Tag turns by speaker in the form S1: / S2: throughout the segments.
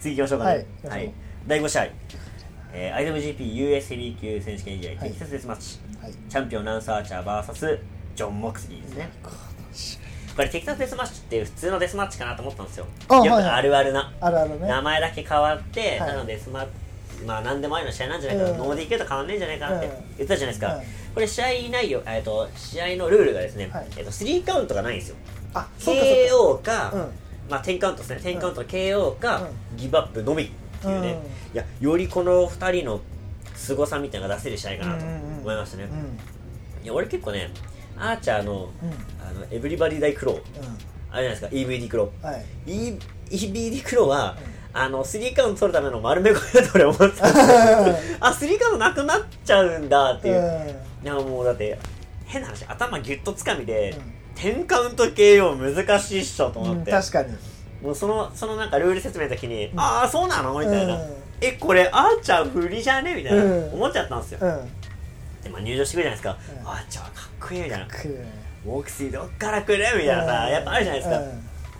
S1: 次行きましょうか
S2: はい
S1: ね
S2: 行き。ましょう
S1: はい。第5試合。えー、IWGP US ヘビー級選手権試合、適切デスマッチ。
S2: はい
S1: チャンピオンランスアーチャー VS ジョン・モクスリーですね。これ、テキサスデスマッチって普通のデスマッチかなと思ったんですよ。
S2: あ
S1: よ
S2: はい
S1: く
S2: はい
S1: あるあるな。
S2: あるあるね
S1: 名前だけ変わって、
S2: はい
S1: ただのデスマッチ、まあ、なんでもありの試合なんじゃないかな、
S2: うん
S1: ノーディー k と変わんねえんじゃないかなって
S2: うん
S1: 言ってたじゃないですか。
S2: うん
S1: これ、試合内容、えっ、と、試合のルールがですね、
S2: はい
S1: えっと、3カウントがないんですよ。
S2: あそうかそう
S1: KO か、
S2: うん
S1: まあ、10カウントですね10カウントの KO か、
S2: う
S1: ギブアップのみっていうね、
S2: うん
S1: いやよりこの2人の凄さみたいなのが出せる試合か
S2: か
S1: なと思いましたね、
S2: うんうん
S1: いや俺結構ねアーチャーの,、
S2: うん
S1: あのエブリバディ・ダイ・クローあ
S2: う
S1: れじゃないですか EVD クロ
S2: んはい
S1: ー EVD クローは、あの3カウント取るための丸め込みだと俺思ってたんです よあ3カウントなくなっちゃうんだっていう、
S2: う
S1: いやもうだって変な話頭ギュッとつかみで、
S2: うん
S1: 10カウント KO 難しいっしょと
S2: んう
S1: 思っ
S2: ん
S1: て、
S2: 確かに
S1: もうそのそのなんかルール説明の時に、ああそうなのみたいな、
S2: うん
S1: えこれあーちゃん不利じゃねみたいな、
S2: うん
S1: 思っちゃったんですよ、
S2: うん
S1: でまあ入場してくるじゃないですか、
S2: うん
S1: あーちゃんはかっこいいみたいな
S2: くー
S1: モクシーどっから来るみたいなさ、
S2: うん
S1: やっぱあるじゃないですか、
S2: うん
S1: こ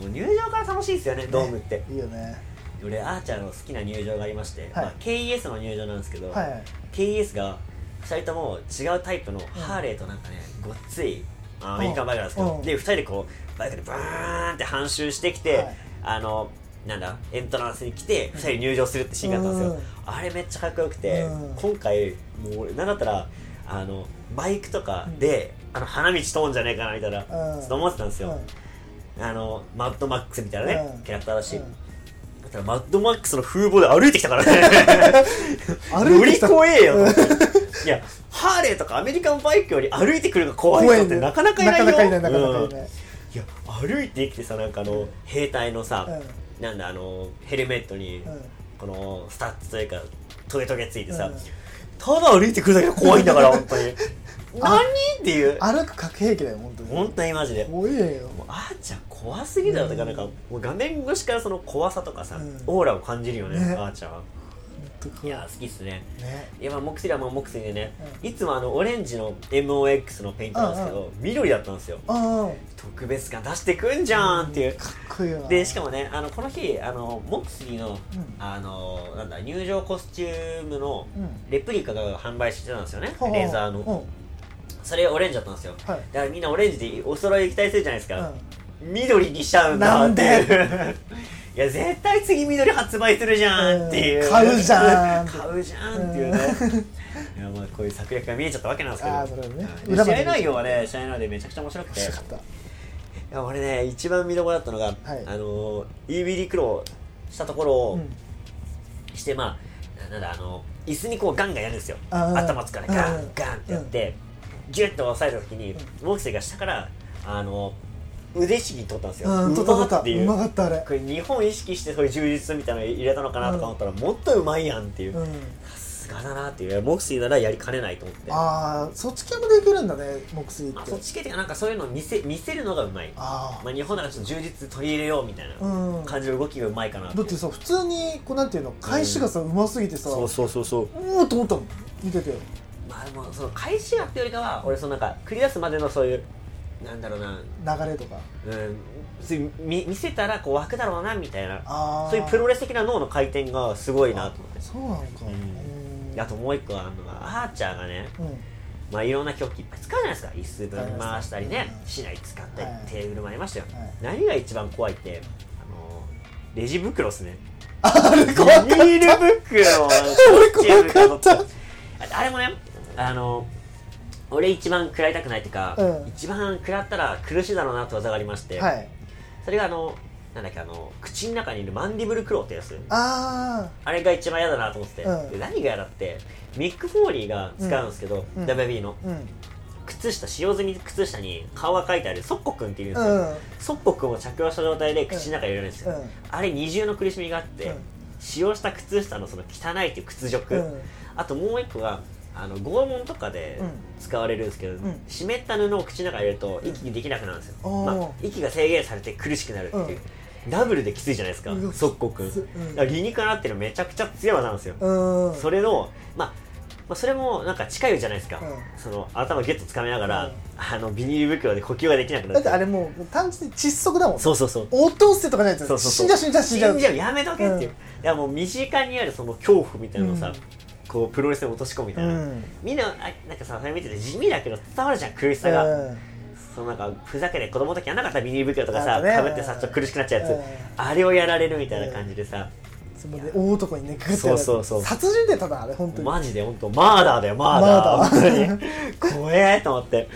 S1: う入場から楽しいですよねドームって、
S2: いいよね
S1: 俺あーちゃんの好きな入場がありまして、まあ、KES の入場なんですけど、
S2: はいはい
S1: KES が2人とも違うタイプのハーレーとなんかね、ごっついあアメリカンバイクなんですけど、
S2: うん
S1: で2人でこうバイクでバーンって半周してきて、
S2: はい
S1: あのなんだエントランスに来て2人入場するってシーンがあったんですよ、
S2: うん
S1: あれめっちゃかっこよくて、
S2: うん
S1: 今回もう俺なんだったらあのバイクとかで、あの花道通んじゃねえかなみたいな、
S2: うん
S1: ちょっと思ってたんです
S2: うん
S1: よ、あのマッドマックスみたいなね、
S2: うん
S1: キャラクターだし、
S2: うん
S1: だったらマッドマックスの風貌で歩いてきたから ねよ
S2: 歩いてきた
S1: り怖えよと思って いやハーレーとかアメリカンバイクより歩いてくるのが怖い人って
S2: ね
S1: なかなかいないよ
S2: なかなかいないなかなか
S1: う
S2: い
S1: んい
S2: ない
S1: や歩いてきてさなんかあの兵隊のさ、
S2: う
S1: なんだあのヘルメットに、
S2: うん
S1: このスタッツというかトゲトゲついてさ、
S2: うん
S1: ただ歩いてくるだけで怖いんだから 本当に何
S2: あ
S1: っていう
S2: 歩く核兵器だよ本当に
S1: 本当にマジで
S2: 怖えよ
S1: もうあーちゃん怖すぎだよとか、なんかもう画面越しからその怖さとかさ、
S2: うん
S1: オーラを感じるよね
S2: ね
S1: あーちゃんは
S2: 本当
S1: いや好きっすね
S2: ね
S1: いやまあモクスリーはまあモクスリーでね、いつもあのオレンジの MOX のペイントなんですけど、緑だったんですよ
S2: うん
S1: 特別感出してくんじゃんっていう、
S2: かっこいいよな
S1: でしかもねあのこの日あのモクスリーの、
S2: うん
S1: あのなんだ入場コスチュームの
S2: うん
S1: レプリカが販売してたんですよね、
S2: ほうほう
S1: レーザーの、それオレンジだったんですよ、
S2: はい
S1: だからみんなオレンジでお揃い期待するじゃないです
S2: う
S1: か、
S2: んうん
S1: 緑にしちゃうんだっていう いや絶対次緑発売するじゃんっていう、
S2: うん買うじゃ ん
S1: 買うじゃんっていうね、いやまあこういう策略が見えちゃったわけなんですけど
S2: あーそれはね
S1: うんで
S2: 裏ま
S1: 試
S2: で
S1: 合内容はね試合内容でめちゃくちゃ面白くてい
S2: よかった
S1: や俺ね一番見どころだったのが、
S2: はい
S1: あのー EBD 苦労したところを
S2: うん
S1: して、まあなんだあの椅子にこうガンガンやるんですよ
S2: あー
S1: 頭つからガ
S2: う
S1: ン
S2: ん
S1: ガンってやって、ギュッと押さえた時に、モクセイが下からあの腕ひしぎ取ったんですよ、
S2: うん取った取
S1: うま
S2: っ
S1: って
S2: た
S1: いう
S2: うまかったあれ
S1: これ日本意識してそういう充実みたいなの入れたのかなとか思ったら、もっとうまいやんっていうさ
S2: うん
S1: すがだなっていうモクシーならやりかねないと思って
S2: ああそっち系もできるんだねモクスリー
S1: ま
S2: っ
S1: あそってち系っていうかなんかそういうのを見せ見せるのがうまい
S2: あ
S1: まあ、日本なんかちょっと充実取り入れようみたい
S2: あう
S1: なん感じの動きがうまいかな
S2: だってさ普通にこうなんていうの返しがさうますぎてさ
S1: そうそうそうそう
S2: おおと思ったもん見てて
S1: まあでもその返しがっていうよりかは俺そのなんか繰り出すまでのそういうなんだろうな
S2: 流れとか
S1: うんそういう見見せたらこう湧くだろうなみたいな
S2: ああ
S1: そういうプロレ
S2: レ
S1: ス的な脳の回転がすごいなと思って
S2: そうなのか
S1: うん
S2: うん
S1: あともう一個あるのがアーチャーがね
S2: うん
S1: まあ、いろんな曲いっぱい使うじゃないですか椅子ぶん回したりね
S2: はい
S1: 市内使ったり
S2: はい
S1: テーブルもありましたよ、
S2: はい
S1: 何が一番怖いってあのレジ袋っすね
S2: あれ
S1: ビニ
S2: 怖かっ
S1: ール袋を
S2: れ怖かった
S1: ああれもねあの俺一番食らいたくないっていうか、
S2: うん
S1: 一番食らったら苦しいだろうなって技がありまして、
S2: たはい
S1: それがあのなんだっけあの口の中にいるマンディブルクローってやつ
S2: あ
S1: あれが一番嫌だなと思ってて、
S2: うん
S1: で何が嫌だってミック・フォーリーが使うんですけど、
S2: うんうん
S1: WB の、
S2: あうん
S1: 靴下使用済み靴下に顔が書いてあるソッコくんっていうんですよ、
S2: うん
S1: ソッコくんを着用した状態で口の中に入れるんですよ、
S2: うん
S1: あれ二重の苦しみがあって、
S2: うん
S1: 使用した靴下のその汚いっていう屈辱、
S2: うん
S1: あともう一個があの拷問とかで
S2: うん
S1: 使われるんですけど、
S2: ん
S1: 湿った布を口の中に入れると息できなくなるんですよ、
S2: おー
S1: まあ、息が制限されて苦しくなるっていう、ダブルできついじゃないですか、
S2: うわ
S1: ソッコくん、
S2: きつうん
S1: だから理にかなってるめちゃくちゃ強い技なんですよ、
S2: うん
S1: それのまあまあ、それもなんか近いじゃないですか、
S2: う
S1: その頭ギュッとつかめながら、
S2: うん
S1: あのビニール袋で呼吸ができなくな
S2: だ
S1: っ
S2: って
S1: て
S2: あれもう単純に窒息だもん
S1: そうそうそう
S2: 応答せとかないや
S1: そ
S2: つ
S1: うそうそう
S2: 死んじゃう死んじゃう死
S1: 死
S2: ん
S1: ん
S2: じゃう
S1: じゃうやめとけっていう、いやもう身近にあるその恐怖みたいなのをさ、
S2: うん
S1: こうプロレスに落とし込むみたいな、
S2: うん
S1: みんなあなんかさそれ見てて地味だけど伝わるじゃん苦しさが、
S2: うん
S1: そのなんかふざけて子供の時やんなかったビニール袋とかさ
S2: なんかね
S1: かぶってさちょっと苦しくなっちゃうやつ、
S2: うん
S1: あれをやられるみたいな感じでさ、
S2: そこで大男にねくぐってやる
S1: そうそうそう
S2: 殺人でただあれ本当に
S1: マジで本当マーダーだよマーダー
S2: マー
S1: 本当に怖えと思って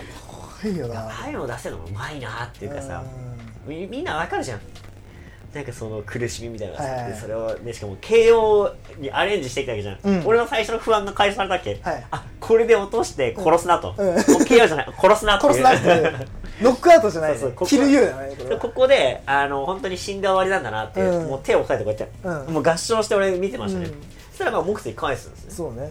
S2: 怖いよな
S1: ああいうの出せるのもうまいなっていうかさ、
S2: う
S1: みみんなわかるじゃんなんかその苦しみみたいなのがさ、
S2: はいはいはい
S1: でそれをねしかも慶応にアレンジしてきたわけじゃん、
S2: うん
S1: 俺の最初の不安が解消されたっけ、
S2: はい
S1: あこれで落として殺すなと、
S2: うんうん
S1: もう慶応じゃない殺すなっていう
S2: 殺すなっていうノックアウトじゃない
S1: そうそうここ
S2: キルユーだねこれ
S1: で
S2: は
S1: ここであの本当に死んだ終わりなんだなっていう、
S2: うん
S1: もう手を押さえてこうやって、
S2: うん
S1: もう合唱して俺見てましたね、
S2: うん
S1: そしたらまあ木星返すんですね
S2: そうね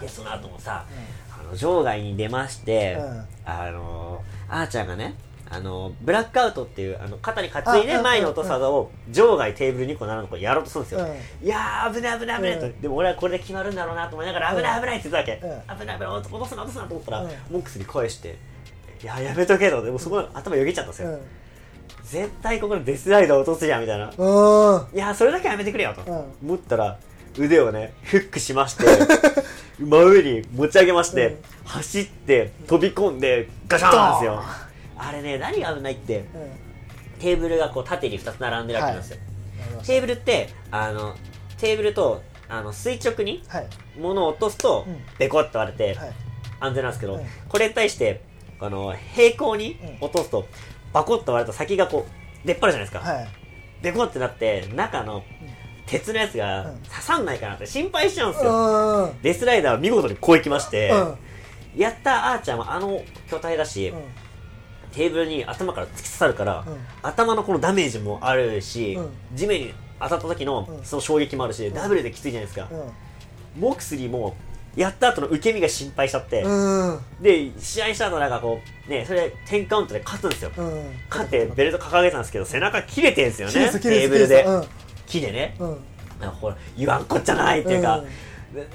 S1: でその後もさ、あの場外に出まして、
S2: うん
S1: あのあーちゃんがねあのブラックアウトっていうあの肩に担い
S2: あう
S1: で
S2: ん
S1: 前に落とす技を場外テーブル2個7個やろうとするんですよ、いやー危ない危ない危ないと、
S2: うん
S1: でも俺はこれで決まるんだろうなと思いながら
S2: うん
S1: 危ない危ないって言ってたわけ、
S2: う
S1: 危ない危ない落とすな落とすなと思ったら、
S2: うん
S1: モックスに声していややめとけとでもそこで頭よぎっちゃったんです
S2: う
S1: よ、
S2: ん
S1: 絶対ここでデスライダー落とすじゃんみたいな、
S2: うんうん
S1: いやそれだけはやめてくれよと、
S2: う
S1: 思ったら腕をねフックしま して真上に持ち上げまして、
S2: うん
S1: 走って飛び込んでガシャーンですよあれね何が危ないって
S2: うん
S1: テーブルがこう縦に2つ並んでるわけなんですよ、
S2: わかりまし
S1: テーブルってあのテーブルとあの垂直に
S2: たはい
S1: 物を落とすと
S2: うん
S1: ベコッと割れて
S2: はい
S1: 安全なんですけど、
S2: うん
S1: これに対してあの平行に
S2: うん
S1: 落とすとバコッと割れた先がこう出っ張るじゃないですか、
S2: はい
S1: ベコってなって中の鉄のやつが
S2: うん
S1: 刺さんないかなって心配しちゃうんです
S2: う
S1: よ、
S2: んうん
S1: デスライダーは見事にこういきまして、
S2: うん
S1: やったあーちゃんはあの巨体だし、テーブルに頭から突き刺さるから、
S2: うん
S1: 頭のこのダメージもあるし、
S2: うん
S1: 地面に当たった時の
S2: うん
S1: その衝撃もあるし、ダブルできついじゃないですか、
S2: う
S1: モクスリーもやった後の受け身が心配しちゃって、
S2: んうん
S1: で試合した後なんかこうねそれ10カウントで勝つんですよ、
S2: うん
S1: 勝ってベルト掲げてたんですけど背中切れてんすよね
S2: 切れてた切れ
S1: テ
S2: て
S1: ー
S2: た
S1: ブルで、
S2: う
S1: 木でね、
S2: んうん
S1: なんかほら言わんこっちゃないっていうか、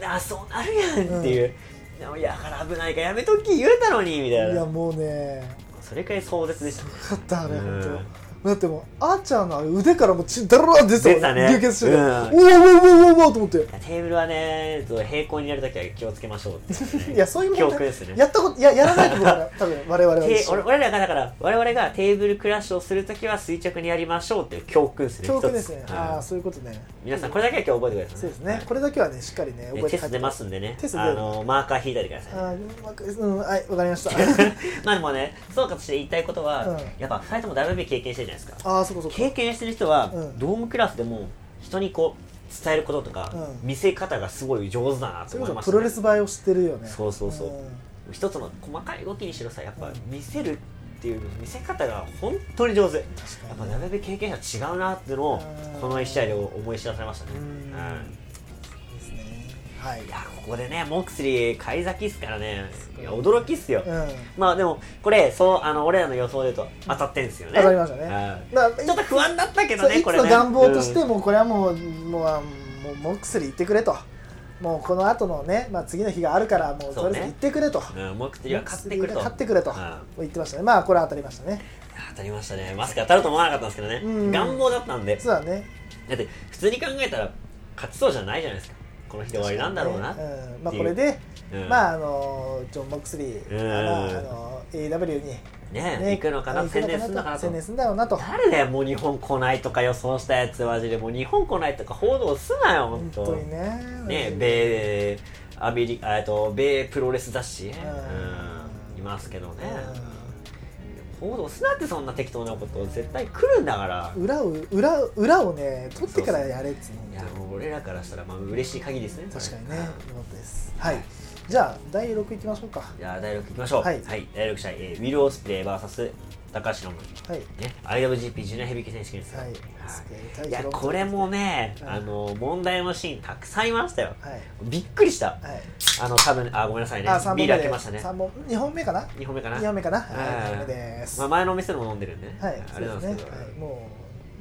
S1: あそうなるやんっていう、でもいやだから危ないからやめとき言えたのにみたい
S2: いや
S1: な
S2: もうね
S1: それくらい壮絶でしたね
S2: 勝ったあれ
S1: うん
S2: 本当だってもうあーちゃんのあれ腕からもう血だらー出
S1: 出
S2: て
S1: た
S2: た
S1: ね
S2: 流血してて
S1: う
S2: お
S1: ん
S2: ーおーおーおーおーおーと思って
S1: テーブルはね平行にやるときは気をつけましょうっていうね、
S2: いやそういう
S1: 記
S2: 問
S1: 憶
S2: 題
S1: ですね
S2: やったこといややらないことだから多分我々は一
S1: て俺
S2: 緒
S1: 俺らがだから我々がテーブルクラッシュをするときは垂直にやりましょうっていう教訓ですね
S2: 教訓ですね
S1: 一つうん
S2: ああそういうことね
S1: 皆さんこれだけは今日覚えてください
S2: そうですねこれだけはねしっかりね
S1: ね
S2: 覚え
S1: テ
S2: て
S1: スト出ますんでね
S2: テスト出
S1: あ
S2: る
S1: のマーカー引いておいてください
S2: ああうまくうんはいわかりました
S1: まあでもね総括して言いたいことは、
S2: うん
S1: やっぱ2人とも WB 経験してるじゃないですか
S2: ああそこそこ
S1: 経験してる人は、
S2: うん
S1: ドームクラスでも人にこう伝えることとか、
S2: うん
S1: 見せ方がすごい上手だなと
S2: それ
S1: 思い
S2: こ
S1: まし
S2: そ
S1: た
S2: プ
S1: ね、
S2: ロレス映えを知ってるよね
S1: そうそうそうん一つの細かい動きにしろさやっぱ見せるっていう見せ方が本当に上手や
S2: 確か
S1: っ
S2: に
S1: ぱなるべく経験者は違うなっていうのを
S2: うん
S1: この1試合で思い知らされましたね、
S2: うん
S1: うん
S2: ですねはい
S1: いやここでねモクスリー買い咲きっすからねいや驚きっすよ、
S2: う
S1: まあでもこれそうあの俺らの予想で言うと当たってんすよね
S2: 当たりましたね
S1: はい
S2: んだ
S1: ちょっと不安だったけ
S2: そ
S1: ど
S2: う
S1: ね
S2: いつ
S1: これ
S2: の
S1: ね
S2: 願望とし
S1: う
S2: て
S1: ん
S2: もうこれはもうもうあもうモックスリー行ってくれともうこの後のね、まあ、次の日があるからもう
S1: そ
S2: と
S1: う
S2: り
S1: ね
S2: あえず行ってくれと、
S1: うん、モクスリーは勝ってくると
S2: 勝ってくれと
S1: うん
S2: 言ってましたねまあこれは当たりましたね
S1: 当たりましたねまさか当たると思わなかったんですけどね、
S2: うん
S1: 願望だったんで
S2: そうだね
S1: だって普通に考えたら勝ちそうじゃないじゃないですかこの日で終わりなんだろうな、
S2: うん
S1: っ
S2: まあ
S1: ていう
S2: これで、
S1: うん
S2: まああのジョン・モックスリーから、
S1: うん
S2: あの AW に、
S1: ね
S2: ね
S1: 行くのかな
S2: 行く
S1: 宣伝するのかなと
S2: 宣伝するんだろうなと
S1: 誰だよもう日本来ないとか予想したやつマジでもう日本来ないとか報道すなよ
S2: 本
S1: 本当
S2: 当にね
S1: ね米アメリカえっと米プロレス雑誌、うん
S2: ん
S1: いますけどね、
S2: うん
S1: 報道すなってそんな適当なこと絶対来るんだから
S2: 裏を裏裏をね取ってからやれっつうの
S1: いやもう俺らからしたらまあ嬉しい限りですね
S2: 確かにね
S1: う
S2: よ
S1: ん
S2: かったですはいじゃあ第6いきましょうか
S1: じゃあ第6いきましょうは、
S2: はいい
S1: 第6試合、えーウィル・オスプレイ VS 高橋の
S2: はい
S1: ね IWGP ジュニアヘビー級選手権ですよ
S2: はい
S1: いやこれもね、
S2: うん
S1: あの問題のシーンたくさんいましたよ、
S2: はい
S1: びっくりした
S2: はい
S1: あの多分あごめんなさいね
S2: あ三
S1: ビ
S2: 本
S1: ール
S2: 目
S1: 開
S2: で
S1: けましたね
S2: 三本2本目かな
S1: 2本目かな
S2: 2本目かな
S1: うん
S2: はい二本目です
S1: まあ、
S2: は
S1: 前のお店でも飲んでるんでね、
S2: い
S1: あれなんですけど、
S2: はいも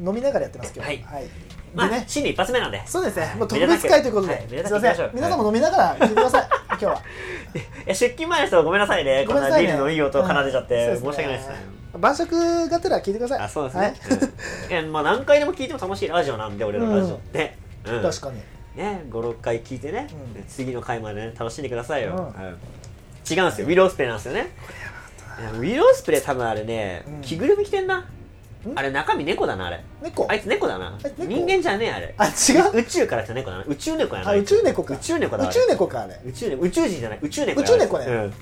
S2: う飲みながらやってます今日
S1: はい
S2: はい
S1: まあ、
S2: でね
S1: 新年一発目なんで
S2: そうですねもう
S1: めで
S2: 特
S1: たく
S2: 別会ということ
S1: は
S2: で
S1: いめですた
S2: い
S1: く行
S2: ま
S1: き
S2: せ
S1: ましょうん
S2: 皆さんも飲みながら聞いてください今日は。
S1: や出勤前の人はごめんなさいね
S2: ご
S1: こ
S2: め
S1: ん
S2: んな
S1: な
S2: さい
S1: ビ
S2: ね
S1: ールのいい音を奏でちゃって、
S2: うん
S1: 申し
S2: そうですね
S1: 訳ないですね
S2: 晩酌がてら聞いてください。
S1: あそうですね、うんいやまあ何回でも聞いても楽しいラジオなんで俺のラジオって、うん
S2: はい、確かに。
S1: ね56回聞いてね、
S2: うん
S1: 次の回まで、ね、楽しんでくださいよ、
S2: うん
S1: うん違うんですよウィロースプレーなんですよねいやウィロースプレー多分あれね、
S2: うん
S1: 着ぐるみ着てんな
S2: うん
S1: あれ中身猫だなあれ
S2: 猫
S1: あいつ猫だな
S2: あいつ猫
S1: 人間じゃねえあれ
S2: あ、違う
S1: 宇宙から来た猫だな宇宙猫やな
S2: あ、宇宙猫か。
S1: 宇宙猫だ
S2: 宇
S1: あれ
S2: 宙猫か、あれ。
S1: 宇宙猫宇宙人じゃない宇宙猫や
S2: 宇宙猫ね
S1: うん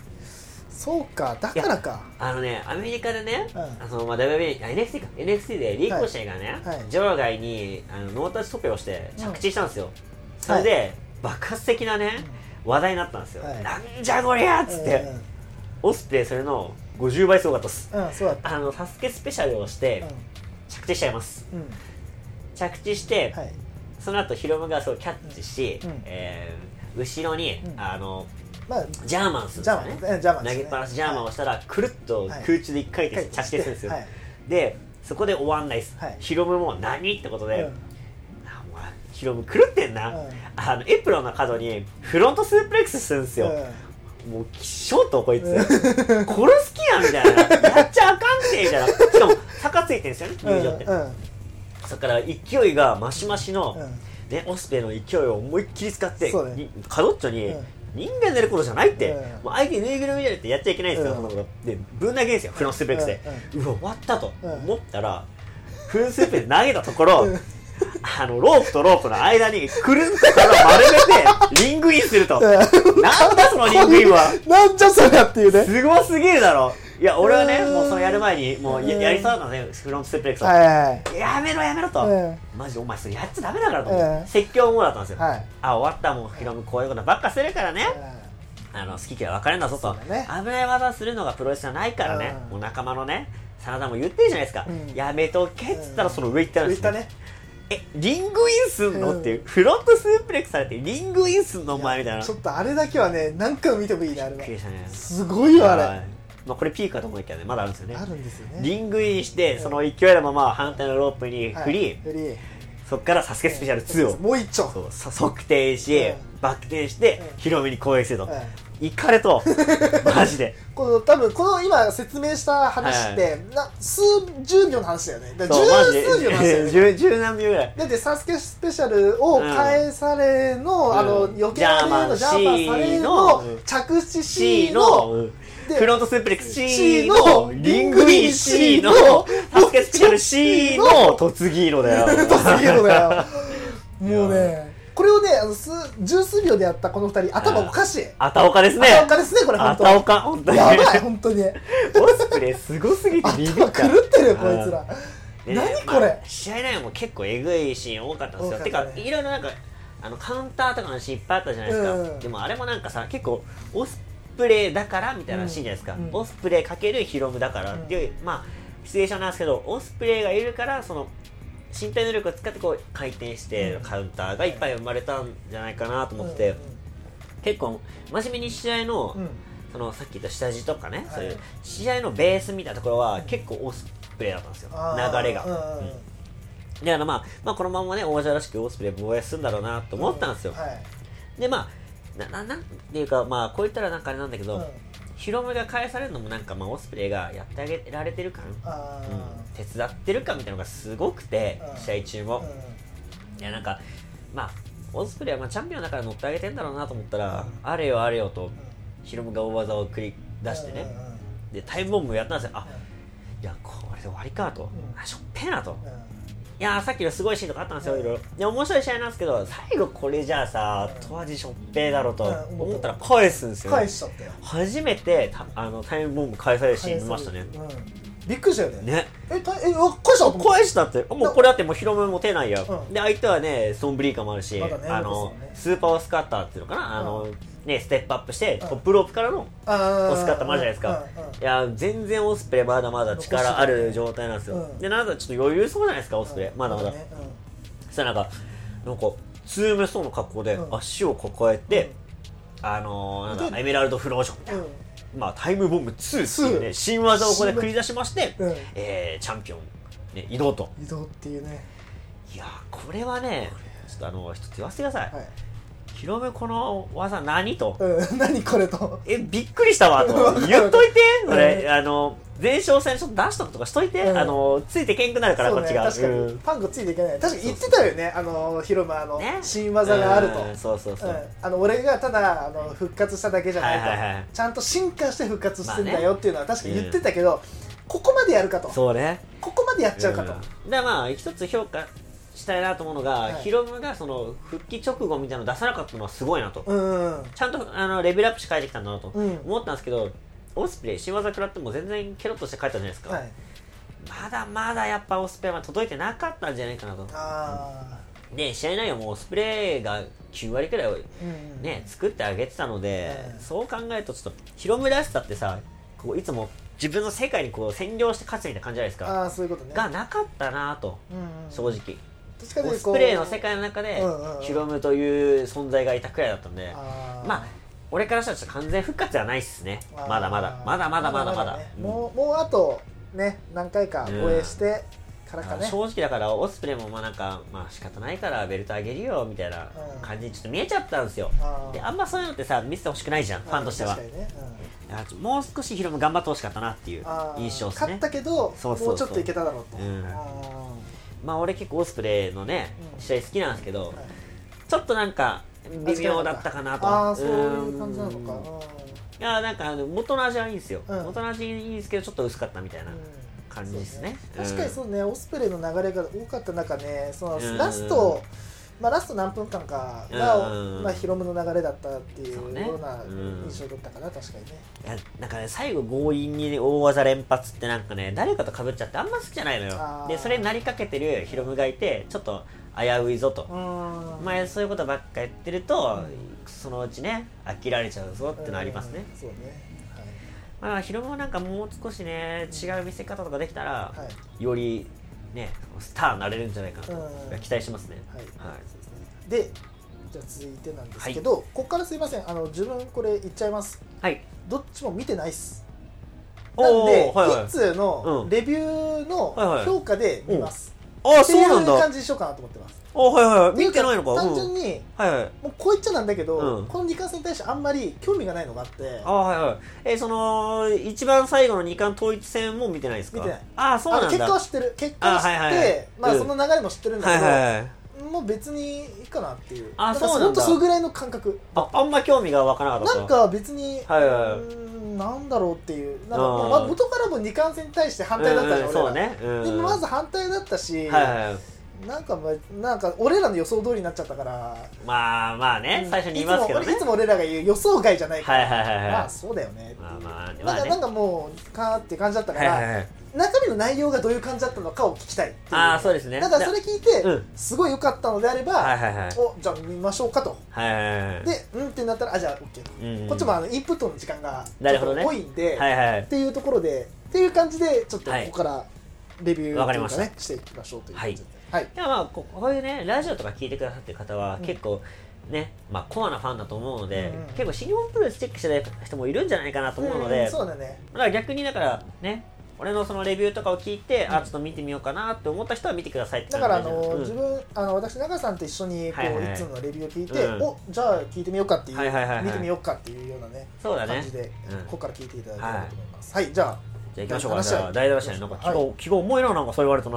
S2: そうか、だからか。
S1: あのね、アメリカでね、
S2: うん
S1: あのまあ、WB あ NXT か NXT でリーコシェがね、
S2: はいはい
S1: 場外にあのノータッチトペをして着地したんですよ、そ
S2: はい
S1: れで、爆発的なね話題になったんですよ、
S2: はい
S1: なんじゃこりゃっつって、オスプレイそれの50倍すごかったっす
S2: うん、うん、そうだった。
S1: あのサスケスペシャルをして着地しちゃいます
S2: うん、うん、
S1: 着地して、
S2: はい。
S1: その後ヒロムがそうキャッチし、
S2: うん
S1: えー後ろに、
S2: うん
S1: あの
S2: まあ、
S1: ジャーマンするん
S2: ジ
S1: ですよ
S2: ャーマン、
S1: ね
S2: えジャーマン
S1: 投げっぱなしジャーマンをしたら、くるっと
S2: はい
S1: 空中で一回転して着地するんですよ、
S2: はい。
S1: でそこで終わんないです、
S2: はい
S1: ヒロムも何ってことで、
S2: うん
S1: あお前ヒロム狂ってんな、
S2: うん
S1: あのエプロンの角にフロントスープレックスするんですよ、もうきっしょうとこいつ、
S2: うん
S1: 殺す気やみたいなやっちゃあかんってみたいなしかも坂ついてんですよね
S2: うん、
S1: 入場って、
S2: うん、うん
S1: そっから勢いがマシマシの、
S2: うん
S1: ね、オスペの勢いを思いっきり使って、
S2: そうね
S1: にカドッチョに、
S2: うん
S1: 人間になることじゃないって、
S2: うん
S1: もう相手にぬいぐるみになるってやっちゃいけないんですよ、
S2: うん
S1: そんなことでぶん投げるんですよフロンスープレックスで、うわ終わったと
S2: うん
S1: 思ったら、フロンスープレックス投げたところ、
S2: うん
S1: あのロープとロープの間にくるんと体丸めてリングインすると、
S2: う
S1: なんだそのリングインは
S2: ん。なんじゃそりゃっていうね。
S1: すごすぎるだろいや俺はね、
S2: うん
S1: もうそのやる前にもうや,、
S2: うん
S1: りそうだったんですねフロントスープレックスを、
S2: はいはい
S1: やめろやめろと、
S2: うん
S1: マジでお前それやっちゃダメだからと思って、
S2: うん
S1: 説教もだったんですよ、
S2: はい。はい。
S1: あ終わったもうヒロムこういうことばっかするからね、
S2: う
S1: あの好き嫌い分かれんだぞと、
S2: そうだね
S1: 危ない技するのがプロレスじゃないからね、
S2: うん
S1: お仲間のね真田も言ってるじゃないですか、
S2: うん
S1: やめとけっつったら
S2: うん
S1: その上行ったん
S2: ん
S1: で
S2: 言っ
S1: す
S2: たね。
S1: えリングインすんの、
S2: うん
S1: っていうフロントスープレックスされてリングインすんのお前みたいな
S2: ちょっとあれだけはね、何回も見てもいいね、あれ
S1: びっくり
S2: は。
S1: したね
S2: すごいよ、あれ。
S1: はいまあ、これピークかと思いきやねまだあるんですよね
S2: あるんですよね。
S1: リングインしてその勢いのまま反対のロープに振り、
S2: はいフリー。
S1: そっから「サスケスペシャル2を
S2: もう一丁。
S1: そうそ測定し、
S2: うん
S1: バック転して、
S2: うん
S1: ヒロミに攻撃すると、
S2: はい
S1: イカれ とマジで
S2: この多分この今説明した話って、な数十秒の話だよねだから
S1: そうマジ
S2: 十
S1: で
S2: 数秒の話だよ ね
S1: 十十何秒ぐらい
S2: だって「サスケスペシャルを返されの、
S1: うん
S2: あの
S1: うん
S2: 余計な例のジ
S1: ジ
S2: ャ
S1: ャー
S2: ーマ
S1: マ
S2: ン
S1: ン
S2: され
S1: C
S2: の
S1: の
S2: 着地
S1: C
S2: C の
S1: の
S2: で
S1: フロントスープレックス
S2: C
S1: C
S2: の
S1: のリングイン C のサスケスペシャル C の突撃色だよ
S2: っていうのがもう
S1: い
S2: ねこれをねあの数十数秒でやったこの二人頭おかしい、
S1: あたおかですね
S2: 頭おかですねこれ
S1: あ
S2: 本当
S1: たおか本当に
S2: やばい本当に
S1: オスプレイすごすぎてビビ
S2: 頭
S1: っ
S2: 狂
S1: た
S2: ってるよこいつら
S1: で
S2: 何これ
S1: まあ試合内容も結構えぐいシーン多かったんですよ、
S2: 多か
S1: て
S2: った
S1: か
S2: ね
S1: いろいろなんかあのカウンターとかのシーンいっぱいあったじゃないですか、
S2: うん
S1: でもあれもなんかさ結構オスプレイだからみたいなシーンじゃないですか、
S2: うんうん
S1: オスプレイかけるヒロムだからっていう、まあシチュエーションなんですけどオスプレイがいるからその身体能力を使ってこう回転して
S2: うん
S1: カウンターがいっぱい生まれたんじゃないかなと思って、結構真面目に試合の、
S2: うんうんうん
S1: そのさっき言った下地とかね、
S2: はい
S1: そういう試合のベースみたいなところは結構オスプレイだったんですよ
S2: あー
S1: 流れが、
S2: うんうん
S1: うんだからまあ、まあ、このままね、王者らしくオスプレイ防衛するんだろうなと思ったんですよ。
S2: はい
S1: で、まあ、な、な、なんていうか、まあ、こう言ったらなんかあれなんだけど、
S2: うん
S1: ヒロムが返されるのもなんか、まあ、オスプレイがやってあげられてる感、
S2: あ
S1: うん手伝ってる感みたいなのがすごくて
S2: うん、
S1: 試合中
S2: ー
S1: も。いや、なんか、まあ、オスプレイはまあチャンピオンだから乗ってあげてんだろうなと思ったら、
S2: うん
S1: あれよあれよと、ヒロムが大技を繰り出して
S2: うんうん
S1: ね、
S2: うん
S1: で、タイムボムやったんですよ。あ、いや、これで終わりかと
S2: う。ん
S1: あ、しょっぺーなと。
S2: うん
S1: いやーさっきのすごいシーンとかあったんですよ、
S2: うん
S1: いろいろで面白い試合なんですけど最後これじゃあさ後味しょっぺーだろと
S2: うん
S1: 思ったら返すんですよ、
S2: 返
S1: ね、
S2: しちゃったよ
S1: 初めてたあのタイムボム返されるシーン見ましたね
S2: うんびっくりしたよね
S1: ね
S2: えたえあ返したと思っ
S1: 返したってもうこれだってもう広めも手ないや、
S2: うん
S1: で相手はねソンブリーカーもあるし、
S2: まだね
S1: あの
S2: そうですよね
S1: スーパーオスカッターっていうのかなあの、
S2: う
S1: ねステップアップして
S2: うん
S1: トップロープからの
S2: たあー
S1: オスカッターもあるじゃないですか
S2: うんうんうん
S1: いやー全然オスプレイまだまだ力ある状態なんですよ、
S2: うん
S1: でなんかちょっと余裕そうじゃないですかオスプレイ、まだまだ、
S2: ねうん
S1: そしたらなんか、なんか、ツームストーンの格好で
S2: うん
S1: 足を抱えて、あのー、なん
S2: で
S1: だ、エメラルドフロージョンみたいな、まあ、タイムボム2っていう
S2: ツー
S1: ね、新技をここで繰り出しまして、
S2: うんうん
S1: えーチャンピオン、ね、移動と。
S2: 移動っていうね
S1: いやー、これはね、ちょっとあの、一つ言わせてください。
S2: はい
S1: ヒロムこの技何と
S2: うん、 何これと
S1: えびっくりしたわ
S2: わ
S1: と
S2: かる
S1: 言っといて
S2: うん
S1: それ、あの前哨戦ちょっと出しとくとかしといて、
S2: うん
S1: あのついてけんくなるからこっちが
S2: そうね、確か
S1: う
S2: に
S1: ん
S2: パンクついていけない確かに言ってたよねあのヒロムあの、
S1: ね
S2: 新技があると、
S1: うんそうそうそう、
S2: うんあの俺がただあの復活しただけじゃないと、
S1: はいはいはい
S2: ちゃんと進化して復活してんだよっていうのは確かに言ってたけど、ここまでやるかと
S1: そうね
S2: ここまでやっちゃうかと、
S1: うんでまあ一つ評価したいなと思うのが、
S2: はい
S1: ヒロムがその復帰直後みたいなの出さなかったのはすごいなと、
S2: うんうん
S1: ちゃんとあのレベルアップして帰ってきたんだなと
S2: うん
S1: 思ったんですけど、オスプレイ新技食らっても全然ケロッとして帰ったじゃないですか、
S2: はい
S1: まだまだやっぱオスプレイまで届いてなかったんじゃないかなと
S2: あ
S1: で試合内容もオスプレイが9割くらいを
S2: ーうん
S1: ね、作ってあげてたので、
S2: うん
S1: そう考えるとちょっとヒロムらしさってさこういつも自分の世界にこう占領して勝つみたいな感じじゃないですか
S2: ああそういうことね
S1: がなかったなと
S2: うんうん
S1: 正直
S2: 確か
S1: オ
S2: に
S1: ス
S2: こう
S1: プレイの世界の中で
S2: うんうんうん
S1: ヒロムという存在がいたくらいだったんで
S2: あー
S1: まあ俺からしたらちょっと完全復活ではないっすね
S2: あー
S1: まだまだまだまだまだまだ
S2: ね
S1: うん
S2: もうもうあとね何回か防衛してからか
S1: あ
S2: ね、
S1: 正直だからオスプレイもまあなんかまあ仕方ないからベルトあげるよみたいな
S2: うん
S1: 感じにちょっと見えちゃったんですよ
S2: あー
S1: であんまそういうのってさ見せてほしくないじゃんファンとしては
S2: 確かにね
S1: あちょもう少しヒロム頑張ってほしかったなっていう
S2: うんあー
S1: 印象です
S2: 勝
S1: ね
S2: ったけど
S1: そうそうそう
S2: もうちょっといけただろうと、
S1: うん
S2: あ
S1: まあ俺結構オスプレイのね
S2: うん
S1: 試合好きなんですけど
S2: ーはい
S1: ちょっとなんか微妙だったかなと
S2: ああそういう感じなの
S1: うん
S2: か
S1: いやなんかあの元の味はいいんですよ、
S2: うん
S1: 元の味いいんですけどちょっと薄かったみたいな
S2: うん
S1: 感じですね,、
S2: そう確かにそうね、オスプレイの流れが多かった中ねその
S1: うん
S2: ラスト、まあ、ラスト何分間かが、
S1: うん
S2: まあ、ヒロムの流れだったってい
S1: そう
S2: う
S1: ね
S2: ような
S1: うん
S2: 印象だったかな、確かにね
S1: いやなんかね最後強引に大技連発ってなんかね誰かと被っちゃってあんま好きじゃないの
S2: あ
S1: よ
S2: ー
S1: でそれになりかけてるヒロムがいてちょっと危ういぞと、
S2: うん
S1: お前そういうことばっかやってると、
S2: う
S1: そのうちね飽きられちゃうぞってのありますね、
S2: うんそうね
S1: まあヒロムもなんかもう少しね違う見せ方とかできたら、
S2: はい、はい
S1: よりねスターになれるんじゃないかなと、
S2: うん
S1: 期待しますね
S2: はい
S1: はい
S2: でじゃあ続いてなんですけど、ここからすいませんあの自分これ言っちゃいます
S1: はい
S2: どっちも見てないっす
S1: お
S2: なんで、
S1: ーはいはい
S2: キッズの
S1: うん
S2: レビュー
S1: はいは
S2: の
S1: い
S2: 評価で見ます、
S1: あ、そうなん
S2: っていう
S1: だ。
S2: 感じにしようかなと思ってます
S1: あ、はいはい。見てないのか。
S2: ってう
S1: う
S2: 単純
S1: ん。
S2: に
S1: はいはい。
S2: もうこう言っちゃなんだけど、
S1: うん
S2: この2冠戦に対してあんまり興味がないのがあって
S1: あ、はいはい。え、その、一番最後の二冠統一戦も見てないですか
S2: 見てない。
S1: あ、そうなんだ。
S2: あの結果は知ってる結果は知って
S1: あはいはいはい
S2: まあ
S1: うん
S2: その流れも知ってるんだけど、
S1: はいはい。
S2: もう別にいいかなっていう
S1: あ
S2: だから
S1: そうなんだ
S2: ほとそれぐらいの感覚
S1: あ、あんま興味がわからなかった。
S2: なん、か別に、
S1: はいはいう
S2: ーんなんだろうっていうなんか
S1: うん
S2: まあ元からも二冠戦に対して反対だったじゃん、
S1: うん
S2: 俺ら
S1: そうね。うん
S2: でもまず反対だったし、
S1: はいはい。
S2: なんかまあなんか俺らの予想通りになっちゃったから
S1: まあまあね、最初に言いますけどね。
S2: いつも俺いつも俺らが言う予想外じゃないか
S1: は
S2: ら、
S1: いはいはい
S2: まあ
S1: は
S2: そうだよねっていう
S1: まあまあね
S2: なん
S1: まあ
S2: か
S1: ね
S2: なんかもうかーって感じだった
S1: い。
S2: か
S1: はい
S2: ら、
S1: はいはい。
S2: 中身の内容がどういう感じだったのかを聞きたいっていう
S1: あーそうですね
S2: だからそれ聞いて、
S1: じゃあうん
S2: すごい良かったのであれば、
S1: はいはいはい
S2: おじゃあ見ましょうかと
S1: はいはいはい。
S2: でうんってなったらあじゃあ OK と、
S1: うんうん
S2: こっちもあのインプットの時間がち
S1: な
S2: ょ
S1: る
S2: っ
S1: ほどね
S2: と多いんで、
S1: はいはい。
S2: っていうところでっていう感じでちょっとこ
S1: はい
S2: こからレビュー
S1: わ
S2: と
S1: か
S2: い
S1: り
S2: う
S1: ま
S2: か
S1: し
S2: ね
S1: た
S2: していきましょうという感じではい、
S1: いやまあここういうねラジオとか聞いてくださってる方は
S2: うん
S1: 結構ね、まあコアなファンだと思うので、
S2: うんうん
S1: 結構新日本プロレスチェックしてる人もいるんじゃないかなと思うので、
S2: ん
S1: だか
S2: そうだね
S1: ら逆にだからね俺のそのレビューとかを聞いて、あちょっと見てみようかなって思った人は見てくださいって
S2: だ
S1: 感
S2: か
S1: じ
S2: らあ
S1: で大丈
S2: の、
S1: 夫
S2: 自分あの私永さんと一緒にこ
S1: は
S2: う、
S1: い
S2: い
S1: はいはい
S2: つものレビューを聞いて、
S1: うん
S2: おじゃあ聞いてみようかっていう、
S1: はいはいはいはい
S2: 見てみようかっていうようなね
S1: そうだね
S2: 感じで、
S1: うん
S2: ここから聞いていただければと思いますはい、じゃあ
S1: じゃあ行きましょうか
S2: 話
S1: じ
S2: は
S1: ゃあ第7試合なんか気が,、
S2: はい
S1: 気が重いななんかそう言われたな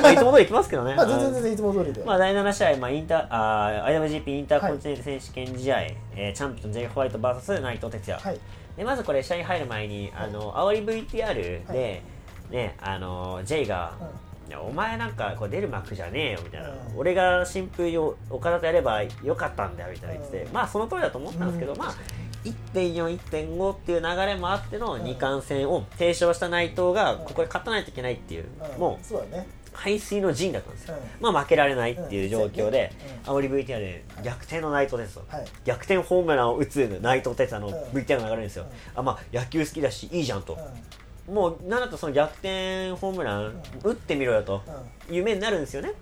S1: まあいつも通り行きますけどね、
S2: まあ全然全然いつも通りで、
S1: まあ、第7試合、まあ、インターあー IWGP インターコンチネンタル選手権試合、えーチャンピオン J. ホワイト VS 内藤哲也、
S2: はい
S1: でまずこれ試合に入る前にあの、煽り VTR で、
S2: はい
S1: ねあの J が、いやお前なんかこう出る幕じゃねえよ」みたいな「
S2: うん
S1: 俺が新風を岡田とやればよかったんだよ」みたいな言ってて、
S2: うん
S1: まあその通りだと思ったんですけど、
S2: うん
S1: まあ1.41.5っていう流れもあっての
S2: うん
S1: 2冠戦を提唱した内藤が
S2: うん
S1: ここで勝たないといけないっていう、
S2: うんうん
S1: もう
S2: そうだね
S1: 背水の陣だったんですよ、
S2: う
S1: まあ負けられないっていう状況で、
S2: う
S1: 煽り VTR で逆転の内藤ですよ、
S2: はい
S1: 逆転ホームランを打つ内藤哲也の
S2: うん
S1: VTR の流れですよ、あまあ野球好きだしいいじゃんと、
S2: う
S1: もうなんだとその逆転ホームラン打ってみろよと、
S2: んうん
S1: 夢になるんですよね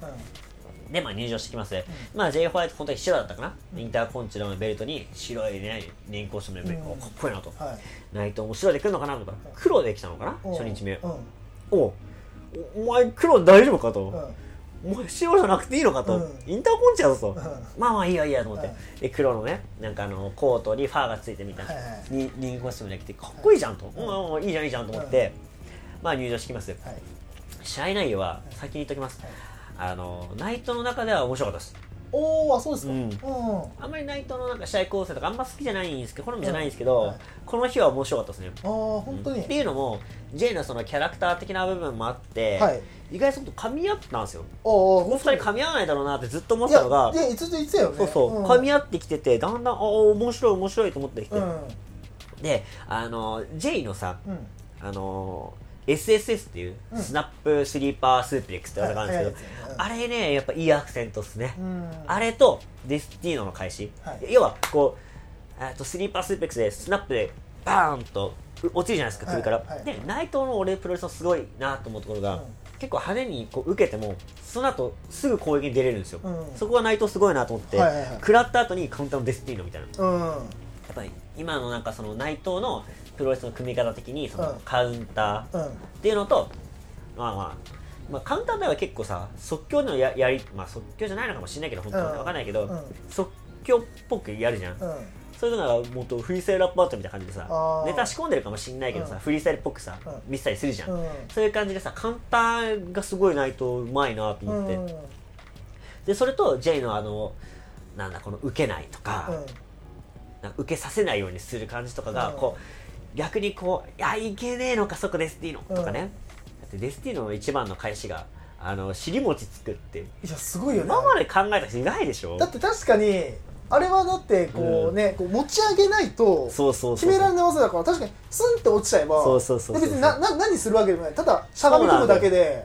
S2: うん
S1: でまあ入場してきますね、まあ J ホワイト本当に白だったかな、インターコンチのベルトに白いね年功してのベルト、
S2: うん
S1: おかっこいいなと、
S2: はい
S1: 内藤も白で来るのかなとか黒で来たのかな、
S2: うん
S1: 初日目、
S2: うん
S1: おうおお前黒大丈夫かと、
S2: うん
S1: もう使用者なくていいのかと、
S2: うん
S1: インターコンチやぞと、
S2: う
S1: まあまあいいやいいやと思って、
S2: うん
S1: で黒のねなんかあのコートにファーがついてみたいな、
S2: はいはい
S1: にリングコスチュームで着てかっこいいじゃんと、うんうん、いいじゃんいいじゃんと思って、まあ入場してきますよ
S2: はい
S1: 試合内容は先に言っときます、
S2: はい
S1: あのナイトの中では面白かったです
S2: おおあそうですか
S1: う
S2: うんんうんあ
S1: あんまりナイトのなんか試合構成とかあんま好きじゃないんですけど好みじゃないんですけ
S2: う
S1: ど、
S2: んはい
S1: この日は面白かったですね
S2: あ本当に
S1: っていうのも J のそのキャラクター的な部分もあって、
S2: はい
S1: 意外とちょっと噛み合ったんですよ
S2: ああこ
S1: この2人噛み合わないだろうなってずっと思ってたのが
S2: いやいやいついつやよね
S1: そうそう、
S2: ん
S1: 噛み合ってきててだんだんああ面白い面白いと思ってきて、
S2: うん
S1: であの J のさ
S2: うん
S1: あの SSS っていう
S2: うん
S1: スナップスリーパースープレックスって技があるんですけど、
S2: はい
S1: あれねやっぱいいアクセントっすね、
S2: うん
S1: あれとデスティーノの開始、
S2: はい
S1: 要はこうえーとスリーパースープレックスでスナップでバーンとう落ちるじゃないですか首から、
S2: はいはい
S1: で内藤の俺プロレスのすごいなと思うところが、
S2: うん
S1: 結構派手にこう受けてもその後すぐ攻撃に出れるんですよ、
S2: うん
S1: そこが内藤すごいなと思って、
S2: はいはいはい
S1: 食らった後にカウンターのデスティーノみたいなや
S2: う
S1: っ
S2: ん
S1: ぱり今のなんかその内藤のプロレスの組み方的にその
S2: うん
S1: カウンター
S2: う
S1: っ
S2: ん
S1: ていうのと、まあまあまあ、カウンターでは結構さ即興でのややり、まあ、即興じゃないのかもしれないけど本当は
S2: うん
S1: 分かんないけど、
S2: うん
S1: 即興っぽくやるじゃん、
S2: うん
S1: そういうのがもっとフリースタイルラップバートみたいな感じでさ
S2: あー
S1: ネタ仕込んでるかもしんないけどさ、
S2: うん
S1: フリースタイルっぽくさ、
S2: うん
S1: 見せたりするじゃん、
S2: うん
S1: そういう感じでさカウンターがすごいないとうまいなと思って、
S2: うん
S1: でそれと J のあのなんだこの受けないとか,、なんか受けさせないようにする感じとかが、
S2: うん
S1: こう逆にこう「いやいけねえのかそこデスティーノ」とかね、
S2: う
S1: だってデスティーノの一番の返しがあの尻餅作って
S2: いやすごいよね
S1: 今まで考えた人いないでしょ
S2: だって確かにあれはだってこうね、こう持ち上げないと
S1: そうそう
S2: 決
S1: そう
S2: められない技だから確かにスンって落ちちゃえば
S1: そうそうそうそう
S2: で別になな何するわけでもないただしゃがみ込むだけで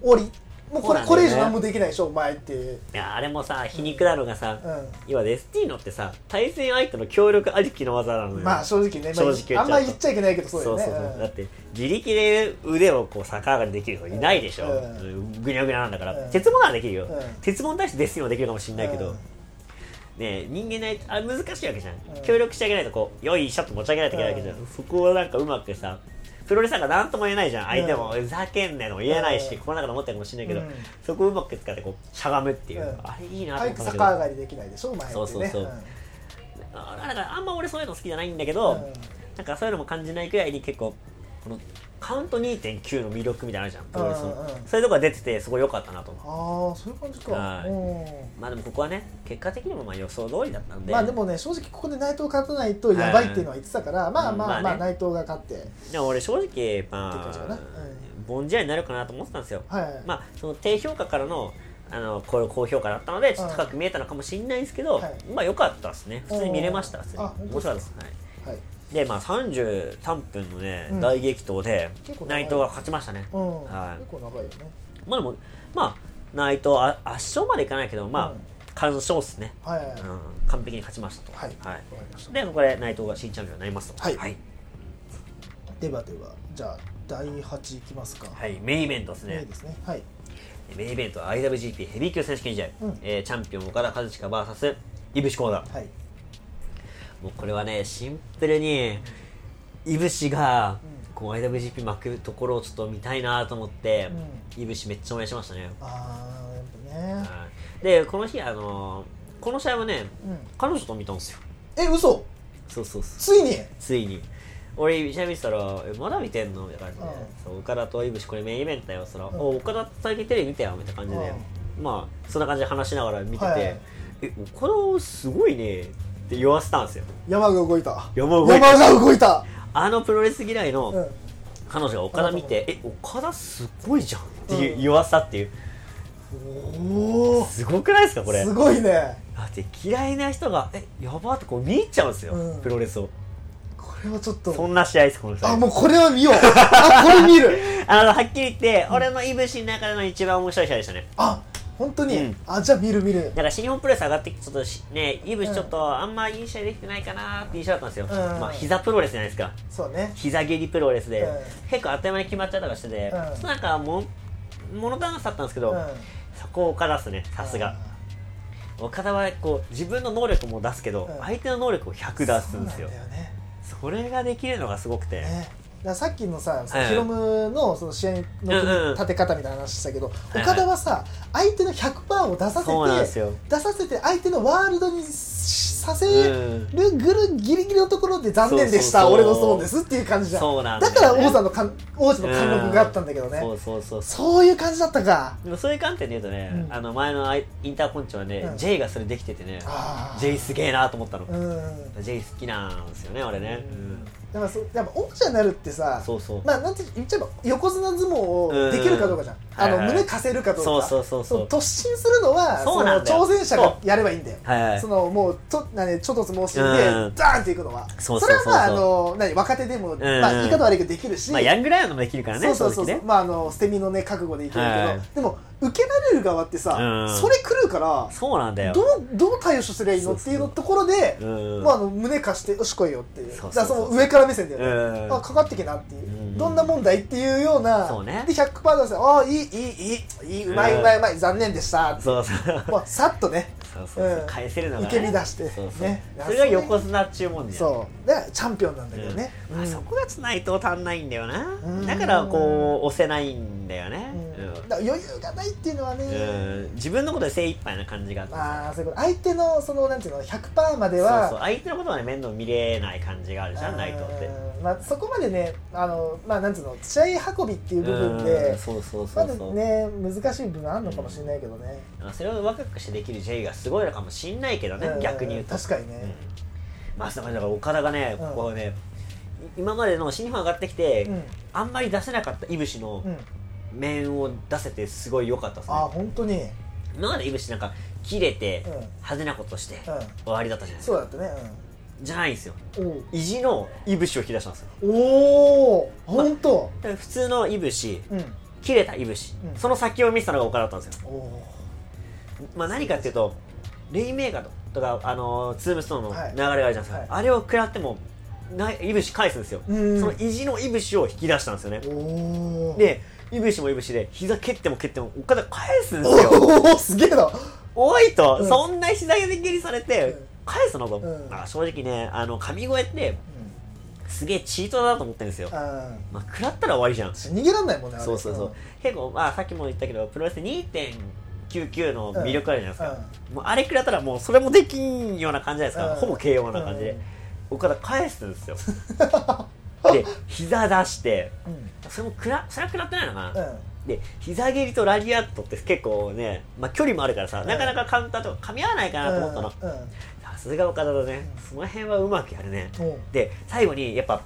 S2: 終わりもうこ
S1: そう
S2: れ
S1: なんだよね
S2: これ以上何もできないでしょお前っていう、
S1: いやあれもさ皮肉なのがさ、
S2: う
S1: 今デスティーノってさ対戦相手の協力ありきの技なのよ
S2: ん、まあ正直ね、ま
S1: 正直言っちゃ
S2: あ、
S1: うと
S2: あんま言っちゃいけないけどそうだ
S1: そ
S2: よ
S1: う
S2: ね
S1: そうそう、
S2: うん
S1: だって自力で腕をこう逆上がりできる人いないでしょ、
S2: うん
S1: ぐにゃぐにゃなんだから、
S2: うん
S1: 鉄棒ならできるよ、
S2: うん
S1: 鉄棒に対してデスティーノはできるかもしれないけど、
S2: うん
S1: ねえ人間ないあ難しいわけじゃん、
S2: うん
S1: 協力してあげないとこうよいしょって持ち上げないといけないわけじゃん、そこをなんかうまくさプロレスなんか何とも言えないじゃん相手もふざけんねえのも言えないし、
S2: うん
S1: この中で思ってるかもしれないけど、
S2: うん
S1: そこをうまく使ってこうしゃがむっていう、
S2: うん
S1: あれいいなと思っ
S2: 早
S1: た
S2: く
S1: んだけ
S2: 逆上
S1: ど
S2: がりできないでしょお前って、ね、
S1: そうそうそうんあなんかあんま俺そういうの好きじゃないんだけ
S2: う
S1: ど、
S2: ん
S1: なんかそういうのも感じないくらいに結構このカウント2.9の魅力みたいなのあるじゃんプロレスの、
S2: うんうんうん
S1: そういうとこが出ててすごい良かったなと思う
S2: ああそういう感じか、
S1: はい
S2: うん
S1: まあでもここはね結果的にもまあ予想通りだったんで,、
S2: まあでもね正直ここで内藤勝たないとやばいっていうのは言ってたから、まあまあま
S1: う
S2: あ、
S1: んまあね
S2: 内藤が勝って
S1: でも俺正直
S2: って
S1: ま
S2: 感じかな
S1: あ
S2: う
S1: 凡試合になるかなと思ってたんですよ、
S2: はいはい、
S1: まあその低評価からのあのこう高評価だったのでちょっと高く見えたのかもしれないんですけど、
S2: うんはい
S1: まあ良かったですね普通に見れました
S2: うん
S1: 普通に
S2: あ本当
S1: 面白
S2: です
S1: か
S2: か
S1: ったです、はい
S2: はい
S1: でまあ33分のね、
S2: うん
S1: 大激闘で
S2: 結構長
S1: 内
S2: い
S1: 藤が勝ちましたね
S2: うん
S1: はい
S2: 結構長いよね
S1: まあでも、まあ、内藤あ圧勝までいかないけど、まあ、
S2: うん
S1: 完勝っすね、
S2: はいはいは
S1: う
S2: い、
S1: ん
S2: わか。
S1: 完璧に勝ちましたと。
S2: はいりました
S1: で、これ、内藤が新チャンピオンになりますと。
S2: はい
S1: はい。
S2: ではではじゃあ第8いきますか
S1: はいメインイベントです
S2: い
S1: ね
S2: い。ですねはい
S1: メインイベントは IWGP ヘビー級選手権試合、
S2: うん
S1: えーチャンピオン岡田和親 VS イブシコーダ。
S2: はい
S1: もうこれはね、シンプルに、イブシが、こう IWGP 巻くところをちょっと見たいなと思って、イブシめっちゃ応援しましたね。
S2: あーやっぱね
S1: はいで、この日、あのーこの試合はね、
S2: うん
S1: 彼女と見たんですよ。
S2: え嘘
S1: そうそうそう。
S2: ついに
S1: ついに俺試合見てたら「えまだ見てんの?」みたいな感じで
S2: うん
S1: 「そう岡田とイブシこれメインイベントだよ」そしたら「
S2: ん
S1: お岡田最近テレビ見たよ」みたいな感じでまあそんな感じで話しながら見てて「
S2: はい
S1: え岡田すごいね」って言わせたんですよ
S2: 山が動いた
S1: 山が動いた
S2: 山が動いた
S1: あのプロレス嫌いの、
S2: うん
S1: 彼女が岡田見て「え岡田すごいじゃん」っていう、
S2: うん
S1: 言わせたっていう
S2: おお
S1: すごくないですかこれ
S2: すごいね
S1: だって嫌いな人が「えやば」ってこう見入っちゃうんですよ、
S2: うん
S1: プロレスを
S2: これはちょっ
S1: そ
S2: と
S1: んな試合ですこの試合
S2: あもうこれは見ようあこれ見る
S1: あのはっきり言って、俺のイブシの中での一番面白い試合でしたね
S2: あ本当に、
S1: うん
S2: あじゃあ見る見る
S1: だから新日本プロレス上がってきてちょっとしねイブシちょっとあんまいい試合できてないかなって印象だったんですよ、
S2: うん
S1: まあ膝プロレスじゃないですか
S2: そうね
S1: 膝蹴りプロレスで、
S2: うん
S1: 結構あっという間に決まっちゃったりしてて、
S2: うん
S1: ちょっとなんかも物悲しさだったんですけど、そこを岡田っすねさすが岡田はこう自分の能力も出すけど、
S2: うん
S1: 相手の能力を100出すんですよ
S2: そうなんだよね
S1: それができるのがすごくて、
S2: ねだからさっきのさ、その
S1: うん
S2: ヒロムのその試合の
S1: うんうん
S2: 立て方みたいな話したけど、
S1: いはい
S2: 岡田はさ相手の100%を出させ
S1: そうなんです
S2: て
S1: よ
S2: 出させて相手のワールドにさせ
S1: うん
S2: るぐるギリギリのところで残念でした
S1: そうそうそう
S2: 俺のそうですっていう感じじゃん
S1: そうなんだ
S2: だ
S1: よね
S2: から王座のかん王子の貫禄があったんだけどね、
S1: そうそうそうそう
S2: そういう感じだったか
S1: でもそういう観点で言うとね、
S2: うん
S1: あの前のアイインターコンチはね、
S2: うん
S1: J がそれできててね
S2: あー
S1: J すげえなと思ったの、
S2: うん、
S1: J 好きなんですよね俺ね、うん
S2: だからそうやっぱ王者になるってさ
S1: そうそう、
S2: まあなんて言っちゃえば横綱相撲をできるかどうかじゃん、
S1: うんはい
S2: あ
S1: はい
S2: の胸貸せるかどうか
S1: そうそうそうそう
S2: 突進するのは
S1: そうなんだよ
S2: の挑戦者がやればいいんだよ
S1: はいはい
S2: そのもうとなにちょっと申しで、
S1: うん
S2: ダーンっていくのは
S1: そうそうそうそう
S2: れはまああの何若手でも、
S1: ん
S2: まあ、言い方悪いけどできるし、
S1: まあ、ヤングライオンでもできるからね
S2: そうそうそう
S1: 正
S2: そう、
S1: 直ね
S2: まああの捨て身のね覚悟でいけるけど、
S1: はい
S2: でも受けられる側ってさ、
S1: うん
S2: それ来るから
S1: そうなんだよ
S2: どうどう対処すりゃいいのっていうのところで、
S1: うん
S2: まあ、あの胸貸してよし来いよっていう
S1: そうそうそう
S2: だからその上から目線だよね、
S1: うん
S2: あかかってきなっていう、
S1: うん
S2: どんな問題っていうような
S1: そうね
S2: で100%出せああいいいいいいいいうまいうまいうまい残念でしたって、
S1: そうそう
S2: まあ、さっとね
S1: そうそうそう、
S2: うん
S1: 返せるのが、ね、
S2: 受け身出して
S1: そうそう、
S2: ね
S1: それが横綱っちゅうもんじゃん
S2: そうだからチャンピオンなんだけどね、
S1: うんあそこがつないと足んないんだよな、
S2: うん
S1: だからこう押せないんだよね、
S2: うん
S1: うん
S2: だから余裕がないっていうのはね、
S1: うん自分のことで精一杯な感じがあって
S2: まあそういうこと相手のそのなんていうの100%までは
S1: そうそう相手のことはね面倒見れない感じがあるじゃん内藤って
S2: うんまあ、そこまでねあのまあなんつうの試合運びっていう部分で、
S1: うんそうそうそ
S2: ま
S1: う
S2: だ
S1: そう、
S2: ね難しい部分あるのかもしれないけどね、
S1: それを若くしてできる J がすごいのかもしんないけどね、
S2: うん
S1: 逆に言うと
S2: 確かに
S1: うん
S2: ね、
S1: まあそんな感じだから岡田がね、
S2: うん
S1: ここねい今までの新日本上がってきて、
S2: うん
S1: あんまり出せなかったいぶしの
S2: うん
S1: 面を出せてすごい良かったですね
S2: ああ本当に、うん、
S1: 今までいぶしなんか切れて、派手なことして、終わりだったじゃないです
S2: そ
S1: か
S2: うだったね、
S1: じゃないんですよ
S2: うん、
S1: 意地のいぶしを引き出したんですよ
S2: おお本当、
S1: だから普通のいぶし
S2: うん
S1: 切れたいぶし、
S2: うん
S1: その先を見せたのが岡田だったんですよ
S2: おお
S1: まあ、何かっていうとレイメーカーととか、あのーツームストーンの
S2: は
S1: 流
S2: い
S1: れがあるじゃないですか、
S2: はい
S1: あれを食らってもないいぶし返すんですよ、
S2: うん
S1: その意地のいぶしを引き出したんですよね
S2: おお
S1: でいぶしもいぶしで膝蹴っても蹴っても岡田返すんですよ
S2: おおすげえな
S1: おいと、
S2: うん
S1: そんな膝蹴りされて
S2: うん
S1: 返すのと、
S2: うん
S1: まあ、正直ねあの神声ってすげえチートだなと思ってるんですよ、
S2: あ
S1: まあ、食らったら終わりじゃん
S2: 逃げらんないもんねあれ
S1: そうそうそう、結構まあさっきも言ったけどプロレス2.99の魅力あるじゃないですか、もうあれ食らったらもうそれもできんような感じじゃないですか、
S2: うん
S1: ほぼ KO な感じで、
S2: うん
S1: 岡田返すんです よで膝出して
S2: うんうん
S1: それもくらそれは食らってないのかな、
S2: うん
S1: で膝蹴りとラリアットって結構ね、まあ、距離もあるからさ、
S2: うん
S1: なかなかカウンターとか噛み合わないかなと思ったの
S2: うんうん
S1: さすが岡田だねその辺はうまくやるね
S2: おう
S1: で最後にやっぱ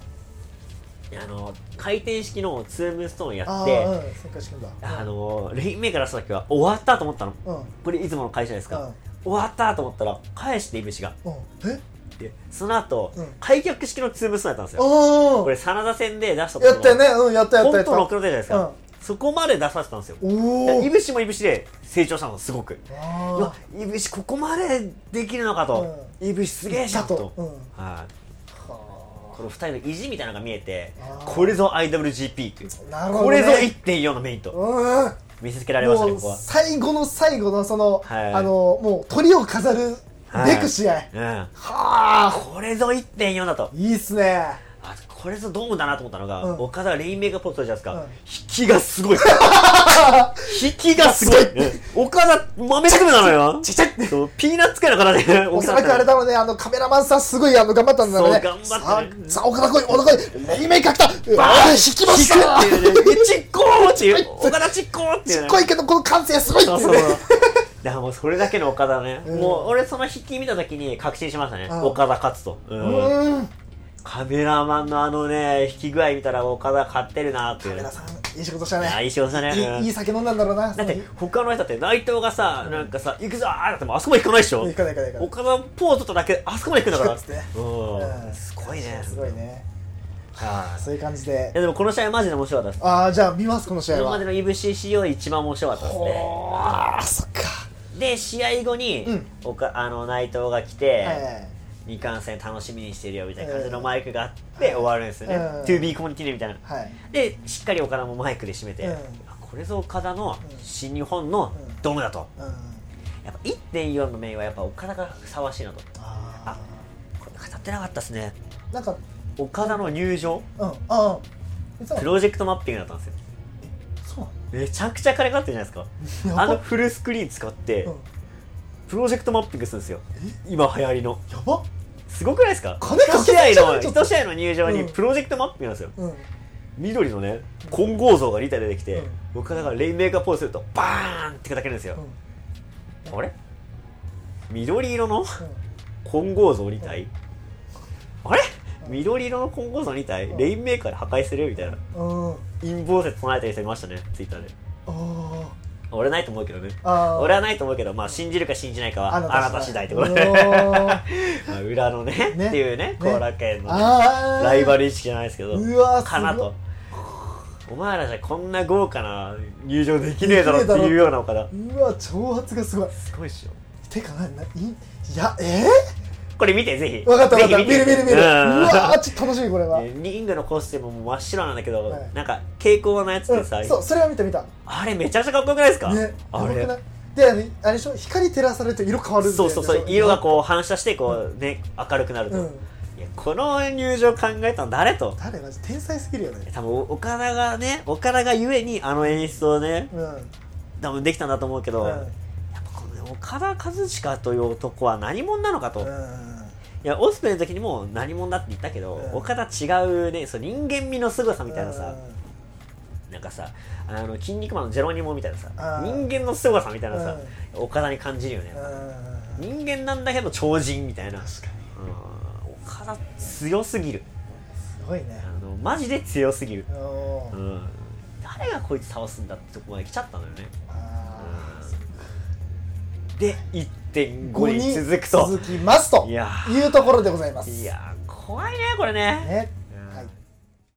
S1: あの回転式のツームストーンや
S2: あ
S1: っ
S2: あ
S1: て
S2: うんせっかちくんだ
S1: あのレインメーカー出した時は終わったと思ったの
S2: うんうん
S1: これいつもの会社ですから、終わったと思ったら返していぶしが
S2: うんえ
S1: でその後、
S2: うん
S1: 開脚式のツームストーンやったんですよ
S2: お
S1: こ
S2: お
S1: れ真田戦で出したところ
S2: やったよねうんやったやったや
S1: 本
S2: っ
S1: 当の
S2: た
S1: クロテじゃないですか、
S2: うん
S1: そこまで出させたんですよ
S2: おお
S1: いぶしもいぶしで成長したのすごく
S2: あ
S1: う
S2: ー
S1: わいぶしここまでできるのかと、いぶしすげえじゃんと
S2: うん
S1: はい
S2: は
S1: この二人の意地みたいなのが見えて
S2: あー
S1: これぞ IWGP という、
S2: あなるほど、ね、
S1: これぞ1.4のメインと
S2: うん
S1: 見せつけられましたね
S2: も
S1: こ
S2: う
S1: こは
S2: 最後の最後のその、
S1: はい
S2: あのもう鳥を飾るべく試合、は
S1: うん
S2: あ
S1: これぞ1.4だと
S2: いいっすね
S1: あこれぞドームだなと思ったのが、
S2: うん
S1: 岡田はレインメーカーポーズじゃないですか、
S2: うん
S1: 引きがす ごい引きがすごい、うん岡田豆粒なのよ
S2: ちっちゃい
S1: そうピーナッツ界だからね
S2: おそらくあれだろうねあのカメラマンさんすごいあの頑張ったんだろうね
S1: そう頑張ってる
S2: さあさあ岡田来い岡田来いレイメイカー来た
S1: バ
S2: あ
S1: ーン
S2: ー引きました
S1: 引くっていうねえちっこーっていう岡田ちっこーってい
S2: ち
S1: う
S2: っ
S1: ね
S2: こいけどこの歓声すごいってい
S1: そうう
S2: ね
S1: そうそうだからもうそれだけの岡田ね、
S2: うん
S1: もう俺その引き見た時に確信しましたね、
S2: うん
S1: 岡田勝つと、う
S2: うんーん
S1: カメラマンのあのね引き具合見たら岡田勝ってるなってい
S2: カ
S1: う
S2: メ
S1: ね
S2: ラさんいい仕事した
S1: あ
S2: ね
S1: いい仕事したねうん
S2: いいいい酒飲んだんだろうな
S1: だって
S2: その日
S1: 他の人だって内藤がさ、なんかさ行くぞーだってもうあそこまで行かないでしょ
S2: 行かない行かない行か
S1: 岡田ポーズとだけであそこまで行くんだから
S2: 行くっつってね
S1: うん
S2: うん
S1: すごいね
S2: ないすごいね
S1: はい
S2: そういう感じで
S1: いやでもこの試合マジで面白かったです
S2: ああじゃあ見ますこの試合
S1: 今
S2: は
S1: までの EVCC より一番面白かったですね
S2: おーそっか
S1: で試合後に、
S2: うん
S1: おかあの内藤が来て、
S2: はいはいはい
S1: 二冠戦楽しみにしてるよみたいな感じのマイクがあって終わるんですよね、
S2: うん
S1: To be continue みたいな
S2: はい
S1: でしっかり岡田もマイクで締めて、
S2: うん
S1: あこれぞ岡田の新日本のドームだと、
S2: うん
S1: やっぱ1.4のメインはやっぱ岡田がふさわしいなと
S2: あ
S1: これ語ってなかったですね
S2: ーなんか
S1: 岡田の入場
S2: うんあそう
S1: プロジェクトマッピングだったんですよ
S2: そう
S1: めちゃくちゃ金かかってるじゃないです
S2: や
S1: か
S2: ば
S1: あのフルスクリーン使って
S2: なの、うん、
S1: プロジェクトマッピングするんですよ今流行りの
S2: やばっ
S1: すごくないですか
S2: 金かけすぎじゃない
S1: 1試合の
S2: ちょっ
S1: 一
S2: と
S1: 試合の入場に
S2: うん
S1: プロジェクトマッピングなんですよ、
S2: うん
S1: 緑のね混合像が2体出てきて、
S2: うん
S1: 僕がだからレインメーカーポーズするとバーンって叩けるんですよ、あれ緑色の混合像2体、あれ緑色の混合像2体、
S2: うん
S1: レインメーカーで破壊するみたいな
S2: うんうん
S1: 陰謀説唱えたりしてましたねツイッターで
S2: あ
S1: 俺はないと思うけどね
S2: ーあー
S1: 俺はないと思うけどまあ信じるか信じないかはあなた次第ってことで、
S2: うわ
S1: ま あ裏のね
S2: ね
S1: っていうね後楽園のね、
S2: あー
S1: ライバル意識じゃないですけど
S2: うわー
S1: かな
S2: すごい
S1: とお前らじゃこんな豪華な入場できねえだろっていうようなお方
S2: うわ挑発がすごい
S1: すごいっしょ
S2: てかなないいやえ
S1: これ見てぜひ
S2: ー、分かった
S1: ぜ
S2: 分
S1: ひ
S2: かった見る見る見るう
S1: うん
S2: わーちょっと楽しみこれ は、
S1: ねリングのコースでももう真っ白なんだけど、
S2: はい
S1: なんか蛍光のやつっ
S2: う
S1: て
S2: ん、
S1: さ、
S2: そうそれは見た見た
S1: あれめちゃくちゃかっこよくないですか、
S2: ねやば
S1: あ
S2: く
S1: れ
S2: ないであれあれでしょ光照らされると色変わるんだよ
S1: そ
S2: ね
S1: うそうそう色がこう反射してこうね、明るくなると、
S2: うん
S1: いやこの入場考えたの誰と
S2: 誰マジ天才すぎるよね
S1: 多分岡田がね岡田がゆえにあの演出をね
S2: うん、
S1: 多分できたんだと思うけど、
S2: う
S1: やっぱこの岡田和親という男は何者なのかと、い
S2: ん
S1: やオスプレイの時にも何者だって言ったけど、
S2: うん
S1: 岡田違うねそう人間味の凄さみたいなさ、なんかさあの筋肉マンのジェロニモみたいなさ、
S2: うん
S1: 人間の凄さみたいなさ、岡田に感じるよね
S2: うん、うん
S1: 人間なんだけど超人みたいな、うん、
S2: 確かに
S1: 岡田強すぎる
S2: すごいね
S1: あのマジで強すぎる、
S2: お
S1: う
S2: ー
S1: ん、誰がこいつ倒すんだってとこまで来ちゃったのよね
S2: あ
S1: で
S2: ー
S1: 1.5に続くと
S2: 続きますと
S1: いやー
S2: いうところでございます
S1: いやー怖いねこれね
S2: ね